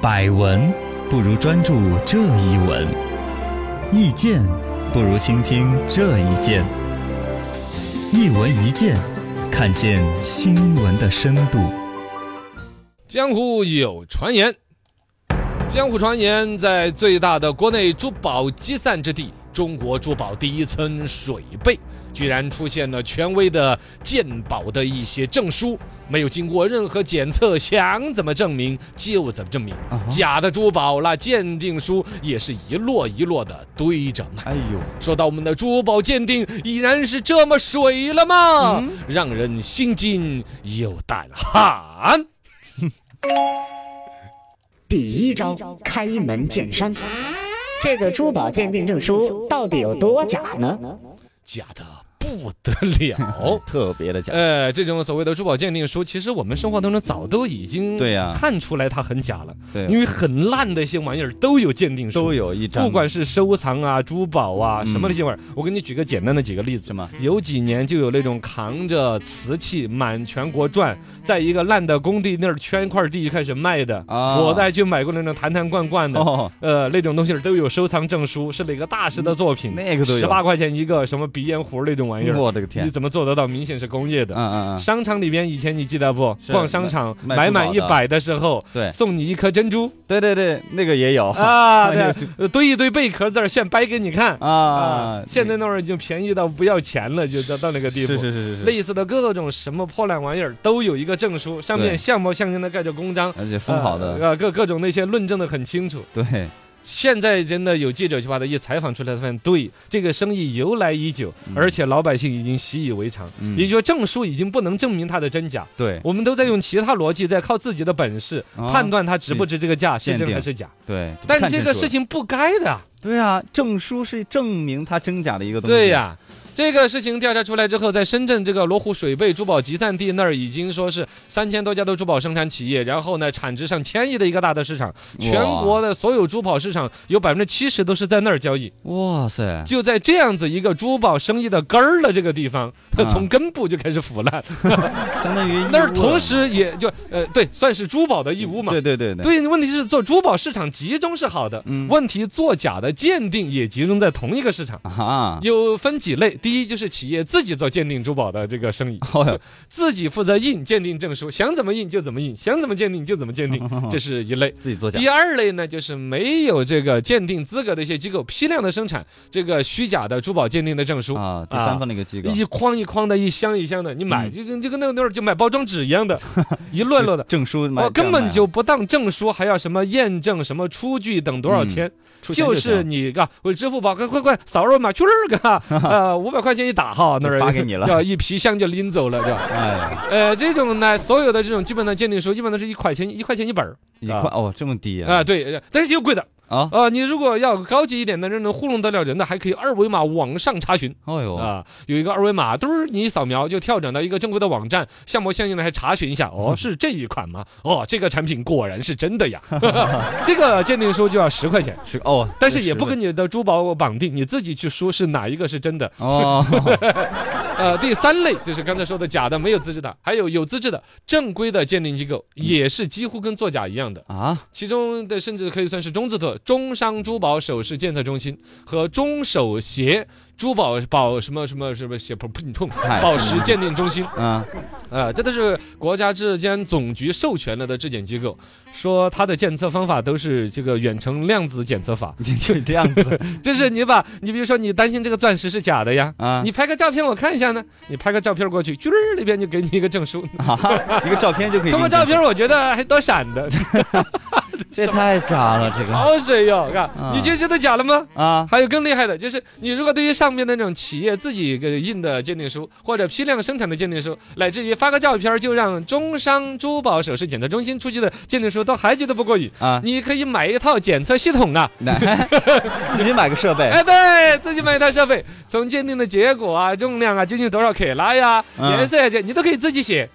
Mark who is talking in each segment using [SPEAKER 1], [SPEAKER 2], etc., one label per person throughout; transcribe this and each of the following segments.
[SPEAKER 1] 百闻不如专注这一闻，意见不如倾听这一见。一闻一见，看见新闻的深度。
[SPEAKER 2] 江湖有传言，江湖传言在最大的国内珠宝集散之地——中国珠宝第一村水贝，居然出现了权威的鉴宝的一些证书，没有经过任何检测，想怎么证明就怎么证明。假的珠宝那鉴定书也是一摞一摞的堆着卖。
[SPEAKER 1] 哎呦，
[SPEAKER 2] 说到我们的珠宝鉴定，已然是这么水了吗？
[SPEAKER 1] 嗯。
[SPEAKER 2] 让人心惊又胆寒。
[SPEAKER 3] 第一招开门见山。这个珠宝鉴定证书到底有多假呢？
[SPEAKER 2] 假的不得了
[SPEAKER 1] 特别的嗯假，
[SPEAKER 2] 哦呃，这种所谓的珠宝鉴定书，其实我们生活当中早都已经
[SPEAKER 1] 对呀
[SPEAKER 2] 看出来它很假了，
[SPEAKER 1] 对
[SPEAKER 2] 因为很烂的一些玩意儿都有鉴定书，
[SPEAKER 1] 都有一张，
[SPEAKER 2] 不管是收藏啊、珠宝啊、
[SPEAKER 1] 嗯
[SPEAKER 2] 什么那些玩意儿，我给你举个简单的几个例子
[SPEAKER 1] 什。么
[SPEAKER 2] 有几年就有那种扛着瓷器满全国转，在一个烂的工地那儿圈块地就开始卖的。
[SPEAKER 1] 啊
[SPEAKER 2] 我在去买过那种坛坛罐罐的，
[SPEAKER 1] 哦，
[SPEAKER 2] 呃，那种东西儿都有收藏证书，是哪个大师的作品，
[SPEAKER 1] 嗯那个都有
[SPEAKER 2] 十八块钱一个，什么鼻烟壶那种玩意儿，
[SPEAKER 1] 我的个
[SPEAKER 2] 你
[SPEAKER 1] 天，
[SPEAKER 2] 怎么做得到？明显是工业的。
[SPEAKER 1] 嗯嗯嗯，
[SPEAKER 2] 商场里边以前你记得不？
[SPEAKER 1] 是
[SPEAKER 2] 逛商场
[SPEAKER 1] 卖卖
[SPEAKER 2] 买
[SPEAKER 1] 珠
[SPEAKER 2] 满
[SPEAKER 1] 宝
[SPEAKER 2] 一
[SPEAKER 1] 的
[SPEAKER 2] 百的时候，
[SPEAKER 1] 对
[SPEAKER 2] 送你一颗珍 珠
[SPEAKER 1] 对对对，那个也有
[SPEAKER 2] 啊，对
[SPEAKER 1] 那个
[SPEAKER 2] 啊，呃堆一堆贝壳在那儿炫掰给你看
[SPEAKER 1] 啊，
[SPEAKER 2] 现在那会儿已经便宜到不要钱了，就到到那个地
[SPEAKER 1] 是
[SPEAKER 2] 步。
[SPEAKER 1] 是是是是，
[SPEAKER 2] 类似的各种什么破烂玩意儿都有一个证书，上
[SPEAKER 1] 对
[SPEAKER 2] 面像模像样的盖着公章，
[SPEAKER 1] 而且封好的，
[SPEAKER 2] 呃，呃各各种那些论证的很清楚。
[SPEAKER 1] 对，
[SPEAKER 2] 现在真的有记者去把他一采访出来，发现对这个生意由来已久，而且老百姓已经习以为常。
[SPEAKER 1] 嗯
[SPEAKER 2] 也就是说，证书已经不能证明它的真假，
[SPEAKER 1] 对
[SPEAKER 2] 我们都在用其他逻辑，在靠自己的本事
[SPEAKER 1] 啊
[SPEAKER 2] 判断它值不值这个价，
[SPEAKER 1] 鉴
[SPEAKER 2] 是真
[SPEAKER 1] 定
[SPEAKER 2] 还是假。
[SPEAKER 1] 对，
[SPEAKER 2] 但
[SPEAKER 1] 看
[SPEAKER 2] 这
[SPEAKER 1] 清
[SPEAKER 2] 个
[SPEAKER 1] 楚
[SPEAKER 2] 事
[SPEAKER 1] 了
[SPEAKER 2] 情不该的啊，
[SPEAKER 1] 对啊，证书是证明它真假的一个东西，
[SPEAKER 2] 对呀、这个事情调查出来之后，在深圳这个罗湖水贝珠宝集散地那儿，已经说是三千多家的珠宝生产企业，然后呢，产值上千亿的一个大的市场，全国的所有珠宝市场有百分之七十都是在那儿交易。
[SPEAKER 1] 哇塞，
[SPEAKER 2] 就在这样子一个珠宝生意的根儿的这个地方
[SPEAKER 1] 啊，
[SPEAKER 2] 从根部就开始腐 烂。
[SPEAKER 1] 相当于义乌
[SPEAKER 2] 那儿
[SPEAKER 1] 了
[SPEAKER 2] 同时也就呃对，算是珠宝的义乌嘛。
[SPEAKER 1] 对对对对，
[SPEAKER 2] 对，问题是做珠宝市场集中是好的，
[SPEAKER 1] 嗯
[SPEAKER 2] 问题做假的鉴定也集中在同一个市场。
[SPEAKER 1] 啊，
[SPEAKER 2] 有分几类，第一就是企业自己做鉴定珠宝的这个 生意，
[SPEAKER 1] 哦哟
[SPEAKER 2] 自己负责印鉴定证书，想怎么印就怎么印，想怎么鉴定就怎么鉴定， 这是一类。
[SPEAKER 1] 自己作假
[SPEAKER 2] 第二类呢，就是没有这个鉴定资格的一些机构，批量的生产这个虚假的珠宝鉴定的证书
[SPEAKER 1] 啊，第三方的一个机构，
[SPEAKER 2] 一筐一筐的，一箱一箱的，你买
[SPEAKER 1] 嗯
[SPEAKER 2] 就就就跟那个那会儿就买包装纸一样 的，一摞摞的。
[SPEAKER 1] 证书买
[SPEAKER 2] 我根本
[SPEAKER 1] 这样
[SPEAKER 2] 就不当证书，还要什么验证、什么出具等多少
[SPEAKER 1] 嗯
[SPEAKER 2] 钱？
[SPEAKER 1] 出钱就
[SPEAKER 2] 就
[SPEAKER 1] 行
[SPEAKER 2] 是你个，我支付宝快快快扫二维码，去儿个， 呃，五百块钱一打哈，那
[SPEAKER 1] 就
[SPEAKER 2] 儿
[SPEAKER 1] 发给你 了
[SPEAKER 2] 要一皮箱就拎走了， 就
[SPEAKER 1] 买哎，
[SPEAKER 2] 呃，这种呢，所有的这种基本的鉴定书，基本都是一块钱一块钱一本儿
[SPEAKER 1] 一块哦这么低啊
[SPEAKER 2] 啊、对，呃但是又贵的
[SPEAKER 1] 啊，
[SPEAKER 2] 啊、呃你如果要高级一点的，那种糊弄得了人的，还可以二维码网上查询。
[SPEAKER 1] 哦哟，
[SPEAKER 2] 啊、有一个二维码，嘟儿你一扫描就跳转到一个正规的网站，像模像样的还查询一下， 哦，是这一款吗？哦，这个产品果然是真的呀。这个鉴定书就要十块钱，
[SPEAKER 1] 是哦，
[SPEAKER 2] 但是也不
[SPEAKER 1] 这
[SPEAKER 2] 跟你的珠宝绑定，你自己去说是哪一个是真的。
[SPEAKER 1] 哦，
[SPEAKER 2] 呃，第三类就是刚才说的假的，没有资质的，还有有资质的正规的鉴定机构，
[SPEAKER 1] 嗯
[SPEAKER 2] 也是几乎跟作假一样的。
[SPEAKER 1] 啊，
[SPEAKER 2] 其中的甚至可以算是中字头，中商珠宝首饰鉴测中心和中首协珠宝宝什么什么什么协碰碰碰
[SPEAKER 1] 嗨
[SPEAKER 2] 宝石鉴定中心，
[SPEAKER 1] 嗯，
[SPEAKER 2] 呃，这都是国家质监总局授权了的质检机构，说它的检测方法都是这个远程量子检测法，
[SPEAKER 1] 就这样子
[SPEAKER 2] 就是你把你比如说你担心这个钻石是假的呀。
[SPEAKER 1] 嗯啊，
[SPEAKER 2] 你拍个照片我看一下呢，你拍个照片过去，啾儿那边就给你一个证书。
[SPEAKER 1] 啊一个照片就可以，
[SPEAKER 2] 通过照，片我觉得还多闪 的，
[SPEAKER 1] 这太假了，这个
[SPEAKER 2] 好水哟、看
[SPEAKER 1] 啊
[SPEAKER 2] 你觉得真的假了吗？
[SPEAKER 1] 啊，
[SPEAKER 2] 还有更厉害的，就是你如果对于上面那种企业自己给印的鉴定书，或者批量生产的鉴定书，乃至于发个照片儿就让中商珠宝首饰检测中心出具的鉴定书，都还觉得不过瘾
[SPEAKER 1] 啊
[SPEAKER 2] 你可以买一套检测系统啊，
[SPEAKER 1] 那 自己买个设备，
[SPEAKER 2] 哎，对自己买一套设备，从鉴定的结果啊、重量啊、究竟多少克拉呀、
[SPEAKER 1] 嗯
[SPEAKER 2] 颜色呀这你都可以自己 写。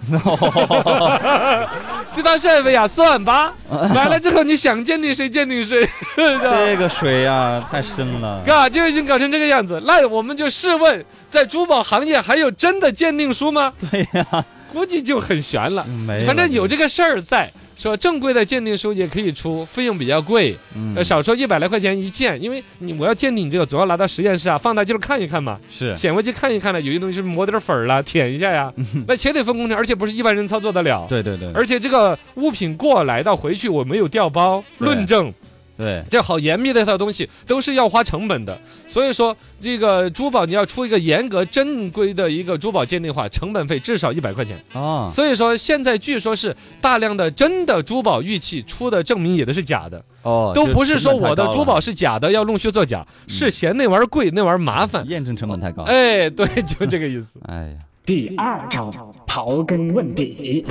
[SPEAKER 2] 这套设备啊，四万八，
[SPEAKER 1] 嗯
[SPEAKER 2] 买了之后你想鉴定谁鉴定谁， 是吧
[SPEAKER 1] 这个水呀太深 了，
[SPEAKER 2] 哥就已经搞成这个样子，那我们就试问，在珠宝行业还有真的鉴定书吗？
[SPEAKER 1] 对呀，
[SPEAKER 2] 估计就很悬了。
[SPEAKER 1] 没了
[SPEAKER 2] 反正有这个事儿在，说正规的鉴定书也可以出，费用比较贵，
[SPEAKER 1] 嗯
[SPEAKER 2] 呃，，少说一百来块钱一件，因为你我要鉴定你这个，总要拿到实验室啊，放大镜看一看嘛，
[SPEAKER 1] 是，
[SPEAKER 2] 显微镜看一看了，有些东西是磨点粉儿啦， 舔一下呀，那且得分工的，而且不是一般人操作得了。
[SPEAKER 1] 嗯对对对，
[SPEAKER 2] 而且这个物品过来到回去，我没有调包
[SPEAKER 1] 对
[SPEAKER 2] 论证，
[SPEAKER 1] 对，
[SPEAKER 2] 这好严密的一套东西都是要花成本的。所以说，这个珠宝你要出一个严格正规的一个珠宝鉴定的话，成本费至少一百块钱。
[SPEAKER 1] 哦，
[SPEAKER 2] 所以说，现在据说是大量的真的珠宝玉器出的证明也都是假的，
[SPEAKER 1] 哦，
[SPEAKER 2] 都
[SPEAKER 1] 就
[SPEAKER 2] 不是
[SPEAKER 1] 成
[SPEAKER 2] 说
[SPEAKER 1] 本太
[SPEAKER 2] 我的
[SPEAKER 1] 高
[SPEAKER 2] 珠
[SPEAKER 1] 了
[SPEAKER 2] 宝是假的要弄虚作假，
[SPEAKER 1] 嗯
[SPEAKER 2] 是嫌那玩意儿贵，那玩意儿麻烦。
[SPEAKER 1] 验证成本太高。
[SPEAKER 2] 哎，对，就这个意思。
[SPEAKER 1] 哎呀，
[SPEAKER 3] 第二招，刨根问底，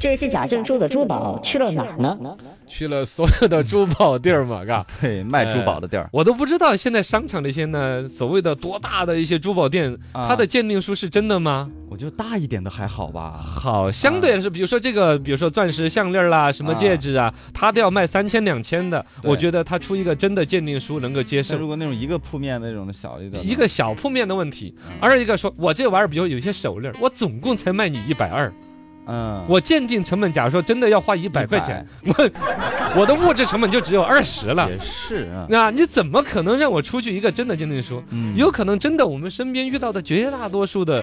[SPEAKER 3] 这些假证书的珠宝去了哪儿呢？
[SPEAKER 2] 去了所有的珠宝地儿 嘛，嘎。
[SPEAKER 1] 对，卖珠宝的地儿，
[SPEAKER 2] 我都不知道现在商场那些呢，所谓的多大的一些珠宝店，
[SPEAKER 1] 啊
[SPEAKER 2] 它的鉴定书是真的吗？
[SPEAKER 1] 我觉得大一点的还好吧。
[SPEAKER 2] 好，相对来说，比如说这个，比如说钻石项链啦，什么
[SPEAKER 1] 啊
[SPEAKER 2] 戒指啊，它都要卖三千两千的，
[SPEAKER 1] 对
[SPEAKER 2] 我觉得它出一个真的鉴定书能够接
[SPEAKER 1] 但如
[SPEAKER 2] 受。
[SPEAKER 1] 果那种一个铺面那种的小一点的，
[SPEAKER 2] 一个小铺面的问题，二一个说，我这玩意儿，比如有些手链儿，我总共才卖你一百二，
[SPEAKER 1] 嗯，
[SPEAKER 2] 我鉴定成本，假如说真的要花一百块钱，我我的物质成本就只有二十了，
[SPEAKER 1] 也是啊，
[SPEAKER 2] 那你怎么可能让我出具一个真的鉴定书？
[SPEAKER 1] 嗯
[SPEAKER 2] 有可能真的，我们身边遇到的绝大多数的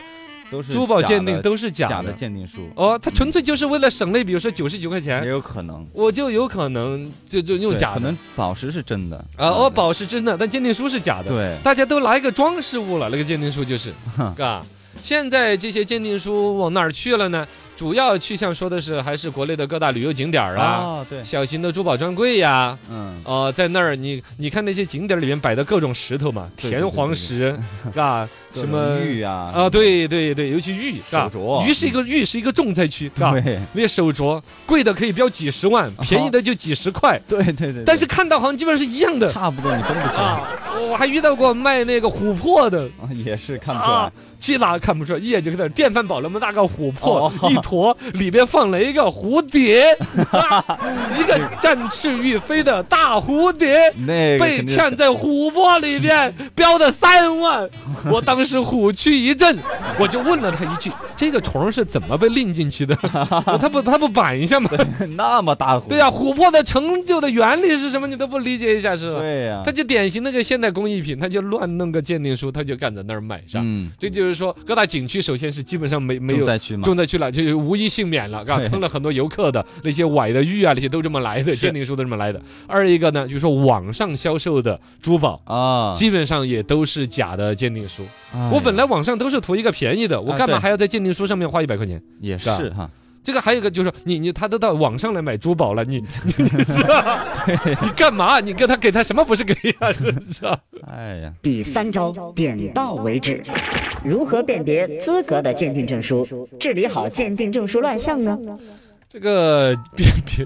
[SPEAKER 1] 都是
[SPEAKER 2] 珠宝鉴定
[SPEAKER 1] 假的
[SPEAKER 2] 都是假
[SPEAKER 1] 假
[SPEAKER 2] 的。
[SPEAKER 1] 鉴定书，
[SPEAKER 2] 哦，他纯粹就是为了省那，比如说九十九块
[SPEAKER 1] 也
[SPEAKER 2] 钱，
[SPEAKER 1] 有可能
[SPEAKER 2] 我就有可能就就用
[SPEAKER 1] 对
[SPEAKER 2] 假
[SPEAKER 1] 可
[SPEAKER 2] 的
[SPEAKER 1] 能宝石是真的嗯
[SPEAKER 2] 啊。哦，宝石真的，但鉴定书是假的。，
[SPEAKER 1] 对，
[SPEAKER 2] 大家都拿一个装饰物了，那个鉴定书 就是，啊。现在这些鉴定书往哪儿去了呢？主要去向说的是还是国内的各大旅游景点儿啊，
[SPEAKER 1] 哦对，
[SPEAKER 2] 小型的珠宝专柜呀、
[SPEAKER 1] 嗯，
[SPEAKER 2] 哦，在那儿你你看那些景点里面摆的各种石头嘛，
[SPEAKER 1] 对对对
[SPEAKER 2] 田黄 石，啊，
[SPEAKER 1] 各
[SPEAKER 2] 什
[SPEAKER 1] 种
[SPEAKER 2] 么
[SPEAKER 1] 玉啊
[SPEAKER 2] 啊，，对对对，尤其玉，啊
[SPEAKER 1] 手镯
[SPEAKER 2] 玉是一个玉是一个重灾区，啊，
[SPEAKER 1] 对
[SPEAKER 2] 那些手镯贵的可以标几十万，便宜的就几十块，
[SPEAKER 1] 对对对对，
[SPEAKER 2] 但是看到好像基本上是一 样的
[SPEAKER 1] 差不多你分不出来，
[SPEAKER 2] 啊。我还遇到过卖那个琥珀的。
[SPEAKER 1] 啊也是看不出
[SPEAKER 2] 啊
[SPEAKER 1] 来，，
[SPEAKER 2] 这哪看不出来，一眼就看到电饭煲那么大个琥珀、
[SPEAKER 1] 哦
[SPEAKER 2] 一坨，里边放了一个蝴 蝶，啊一个展翅欲飞的大蝴蝶。
[SPEAKER 1] 那个
[SPEAKER 2] 被
[SPEAKER 1] 肯定
[SPEAKER 2] 嵌在琥珀里 面，标的三万，我当时虎躯一震，我就问了他一句：“这个虫是怎么被拎进去的？ 他不他不板一下吗？
[SPEAKER 1] 是 那么大壶，
[SPEAKER 2] 对呀、琥珀的成就的原理是什么？你都不理解一下是吧？
[SPEAKER 1] 对啊呀
[SPEAKER 2] 他，就典型那个现代工艺品，他就乱弄个鉴定书，他就敢在那儿卖，是吧？
[SPEAKER 1] 嗯，
[SPEAKER 2] 这就是说，各大景区首先是基本上没没有
[SPEAKER 1] 重灾区嘛，
[SPEAKER 2] 重灾区了，就无一幸免了，嘎，
[SPEAKER 1] 对
[SPEAKER 2] 坑了很多游客的那些崴的玉啊，那些都这么来的，
[SPEAKER 1] 是
[SPEAKER 2] 鉴定书都这么来的。二一个呢，就是说网上销售的珠宝。
[SPEAKER 1] 啊，
[SPEAKER 2] 基本上也都是假的鉴定书。
[SPEAKER 1] 哎
[SPEAKER 2] 我本来网上都是图一个便宜的，我
[SPEAKER 1] 啊
[SPEAKER 2] 干嘛
[SPEAKER 1] 对
[SPEAKER 2] 还要在鉴定书上面花一百块钱？
[SPEAKER 1] 也
[SPEAKER 2] 是吧
[SPEAKER 1] 是哈，
[SPEAKER 2] 这个还有一个就是说你你他都到网上来买珠宝了，你你你是吧？ 你干嘛？你跟他给他什么不是给呀？是不是啊？
[SPEAKER 1] 哎呀，
[SPEAKER 3] 第三招，点到为止。如何辨别资格的鉴定证书？治理好鉴定证书乱象呢？
[SPEAKER 2] 这个别别，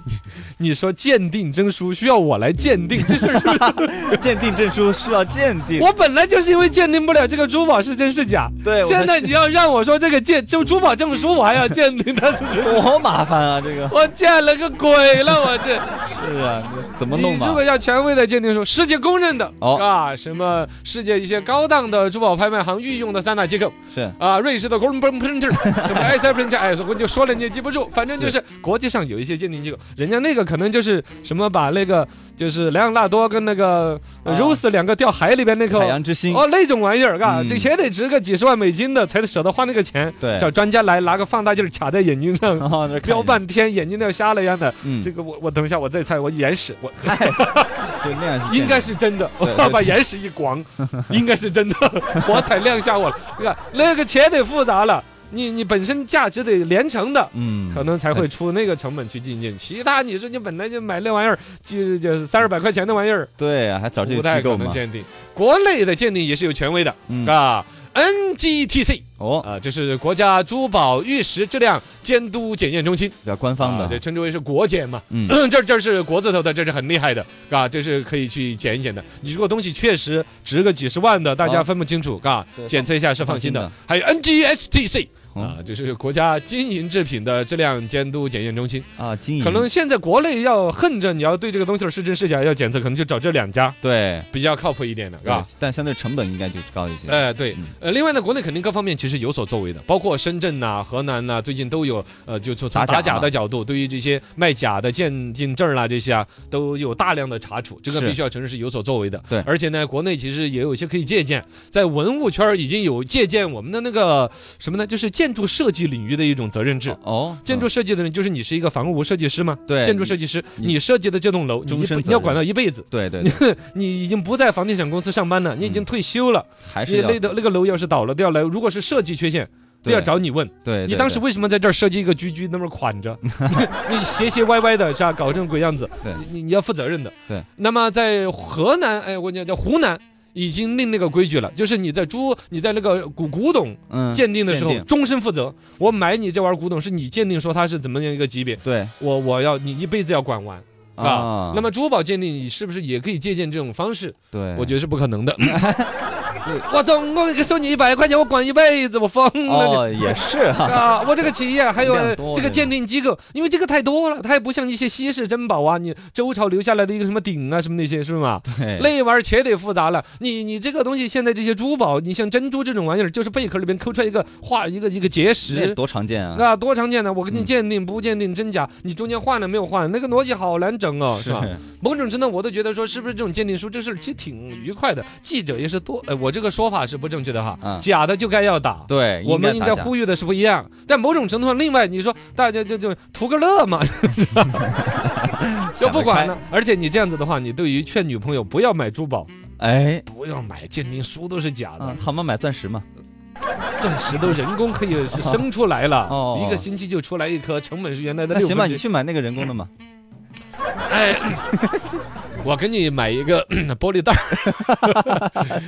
[SPEAKER 2] 你你说鉴定证书需要我来鉴定这事儿是不是？
[SPEAKER 1] 鉴定证书需要鉴定，
[SPEAKER 2] 我本来就是因为鉴定不了这个珠宝是真是假。
[SPEAKER 1] 对我
[SPEAKER 2] 现在
[SPEAKER 1] 是
[SPEAKER 2] 你要让我说这个鉴就珠宝证书，我还要鉴定它是真的，
[SPEAKER 1] 多麻烦啊，这个
[SPEAKER 2] 我鉴了个鬼了，我这。
[SPEAKER 1] 是啊，你怎么
[SPEAKER 2] 你
[SPEAKER 1] 弄嘛
[SPEAKER 2] 如果？要权威的鉴定书，世界公认的、
[SPEAKER 1] 哦
[SPEAKER 2] 啊，什么世界一些高档的珠宝拍卖行御用的三大机构
[SPEAKER 1] 是
[SPEAKER 2] 啊，瑞士的 g o l d b e r g Printer，什么 i s Printer，哎，我就说了你也记不住，反正就是国际上有一些鉴定机构，人家那个可能就是什么把那个就是莱昂纳多跟那个
[SPEAKER 1] 啊
[SPEAKER 2] Rose 两个掉海里边那个
[SPEAKER 1] 海洋之心，
[SPEAKER 2] 哦，那种玩意儿，嘎、
[SPEAKER 1] 嗯
[SPEAKER 2] 这且得值个几十万美金的，才舍得花那个钱。
[SPEAKER 1] 对
[SPEAKER 2] 找专家来拿个放大镜卡在眼睛上，
[SPEAKER 1] 然后 哦这看一下
[SPEAKER 2] 飙，半天，眼睛都要瞎了一样的。
[SPEAKER 1] 嗯，
[SPEAKER 2] 这
[SPEAKER 1] 就
[SPEAKER 2] 个我我等一下我再猜，我眼屎我
[SPEAKER 1] 那样是鉴定
[SPEAKER 2] 应该是真的，我
[SPEAKER 1] 对对
[SPEAKER 2] 把眼屎一光，应该是真 的，火彩亮瞎我了。你看那个钱得复杂了，你你本身价值得连城的。
[SPEAKER 1] 嗯，
[SPEAKER 2] 可能才会出那个成本去进进，其他你说你本来就买那玩意儿，就就三二百块钱的玩意儿，
[SPEAKER 1] 对啊，还找这
[SPEAKER 2] 不
[SPEAKER 1] 个
[SPEAKER 2] 太
[SPEAKER 1] 机
[SPEAKER 2] 可
[SPEAKER 1] 构
[SPEAKER 2] 能
[SPEAKER 1] 嘛，
[SPEAKER 2] 鉴定。国内的鉴定也是有权威的，
[SPEAKER 1] 嗯
[SPEAKER 2] 啊，NGTC
[SPEAKER 1] 哦，
[SPEAKER 2] 啊，这是国家珠宝玉石质量监督检验中心，
[SPEAKER 1] 比较官方
[SPEAKER 2] 啊对，
[SPEAKER 1] 的，
[SPEAKER 2] 称之为是国检嘛。
[SPEAKER 1] 嗯，
[SPEAKER 2] 这这是国字头的，这是很厉害的，啊，这是可以去检一检的。你如果东西确实值个几十万的，大家
[SPEAKER 1] 啊
[SPEAKER 2] 分不清楚，嘎、
[SPEAKER 1] 对
[SPEAKER 2] 检测一下是放心的
[SPEAKER 1] 放心。
[SPEAKER 2] 还有 NGHTC 啊
[SPEAKER 1] 哦，
[SPEAKER 2] 这是国家金银制品的质量监督检验中心。
[SPEAKER 1] 啊，金银
[SPEAKER 2] 可能现在国内要横着你要对这个东西的是真是假要检测，可能就找这两家
[SPEAKER 1] 对，
[SPEAKER 2] 比较靠谱一点的，是吧？
[SPEAKER 1] 对但相对成本应该就是高一些。
[SPEAKER 2] 哎，啊对
[SPEAKER 1] 嗯，
[SPEAKER 2] 呃，另外呢，国内肯定各方面其实有所作为的，包括深圳呐、河南呐、最近都有，呃，就从从
[SPEAKER 1] 打假啊
[SPEAKER 2] 打假
[SPEAKER 1] 嘛
[SPEAKER 2] 的角度，对于这些卖假的鉴定证啦、这些啊，都有大量的查处，这个
[SPEAKER 1] 是
[SPEAKER 2] 必须要承认是有所作为的。
[SPEAKER 1] 对
[SPEAKER 2] 而且呢，国内其实也有一些可以借鉴，在文物圈儿已经有借鉴我们的那个什么呢，就是建筑设计领域的一种责任制。
[SPEAKER 1] 哦，
[SPEAKER 2] 建筑设计的人就是你是一个房屋设计师吗？
[SPEAKER 1] 对
[SPEAKER 2] 建筑设计师，
[SPEAKER 1] 你
[SPEAKER 2] 你设计的这栋楼，你
[SPEAKER 1] 终
[SPEAKER 2] 一
[SPEAKER 1] 身
[SPEAKER 2] 辈你
[SPEAKER 1] 责
[SPEAKER 2] 要
[SPEAKER 1] 任
[SPEAKER 2] 管到一辈子。
[SPEAKER 1] 嗯对对，
[SPEAKER 2] 你
[SPEAKER 1] 对
[SPEAKER 2] 你已经不在房地产公司上班了，你已经
[SPEAKER 1] 嗯
[SPEAKER 2] 退休了。
[SPEAKER 1] 还是
[SPEAKER 2] 你
[SPEAKER 1] 要
[SPEAKER 2] 那的那个楼要是倒了，都要来。如果是设计缺陷，都
[SPEAKER 1] 对
[SPEAKER 2] 要找你问。
[SPEAKER 1] 对，
[SPEAKER 2] 你
[SPEAKER 1] 对
[SPEAKER 2] 当时
[SPEAKER 1] 对
[SPEAKER 2] 为什么在这儿设计一个居居那么款着？ 你斜斜歪歪的，是吧？搞成鬼样子，
[SPEAKER 1] 对
[SPEAKER 2] 你你你要负责任的。
[SPEAKER 1] 对。
[SPEAKER 2] 那么在河南，哎，我讲叫湖南。已经另那个规矩了，就是你在珠，你在那个古古董
[SPEAKER 1] 嗯
[SPEAKER 2] 鉴定的时候，
[SPEAKER 1] 鉴定
[SPEAKER 2] 终身负责。我买你这玩意儿古董，是你鉴定说它是怎么样一个级别，
[SPEAKER 1] 对哦
[SPEAKER 2] 我我要你一辈子要管完啊。那
[SPEAKER 1] 么
[SPEAKER 2] 么珠宝鉴定，你是不是也可以借鉴这种方式？
[SPEAKER 1] 对，
[SPEAKER 2] 我觉得是不可能的。 我总我收你一百块钱，我管一辈子，我疯了
[SPEAKER 1] 哦也是
[SPEAKER 2] 你。
[SPEAKER 1] 哈，
[SPEAKER 2] 啊，我这个企业还 有
[SPEAKER 1] 量多
[SPEAKER 2] 这个
[SPEAKER 1] 着呢
[SPEAKER 2] 鉴定机构，因为这个太多了，它也不像一些稀世珍宝啊，你周朝留下来的一个什么鼎啊，什么那些是吗？
[SPEAKER 1] 对
[SPEAKER 2] 那玩意儿且得复杂了。你你这个东西，现在这些珠宝，你像珍珠这种玩意儿，就是贝壳里边抠出来一个画一个一个结
[SPEAKER 1] 那
[SPEAKER 2] 石，
[SPEAKER 1] 多常见啊！
[SPEAKER 2] 那多常见呢！我给你
[SPEAKER 1] 嗯
[SPEAKER 2] 鉴定不鉴定真假，你中间换了没有换，那个逻辑好难整哦，是吧？某种程度，我都觉得说，是不是这种鉴定书这事儿其实挺愉快的。记者也是多，呃，我这个说法是不正确的哈，
[SPEAKER 1] 嗯
[SPEAKER 2] 假的就该要打。
[SPEAKER 1] 对，
[SPEAKER 2] 我们应该
[SPEAKER 1] 打假
[SPEAKER 2] 呼吁的是不一样，但某种程度上，另外你说大家就就图个乐嘛， 就不管了。而且你这样子的话，你对于劝女朋友不要买珠宝，
[SPEAKER 1] 哎，
[SPEAKER 2] 不要买鉴定书都是假的
[SPEAKER 1] 嗯，，他们买钻石嘛，
[SPEAKER 2] 钻石都人工可以是生出来了
[SPEAKER 1] 哦，
[SPEAKER 2] 一个星期就出来一颗，成本是原来的
[SPEAKER 1] 那
[SPEAKER 2] 六
[SPEAKER 1] 行吧，
[SPEAKER 2] 分之
[SPEAKER 1] 你
[SPEAKER 2] 一。
[SPEAKER 1] 去买那个人工的嘛。
[SPEAKER 2] 哎，我给你买一个玻璃袋儿，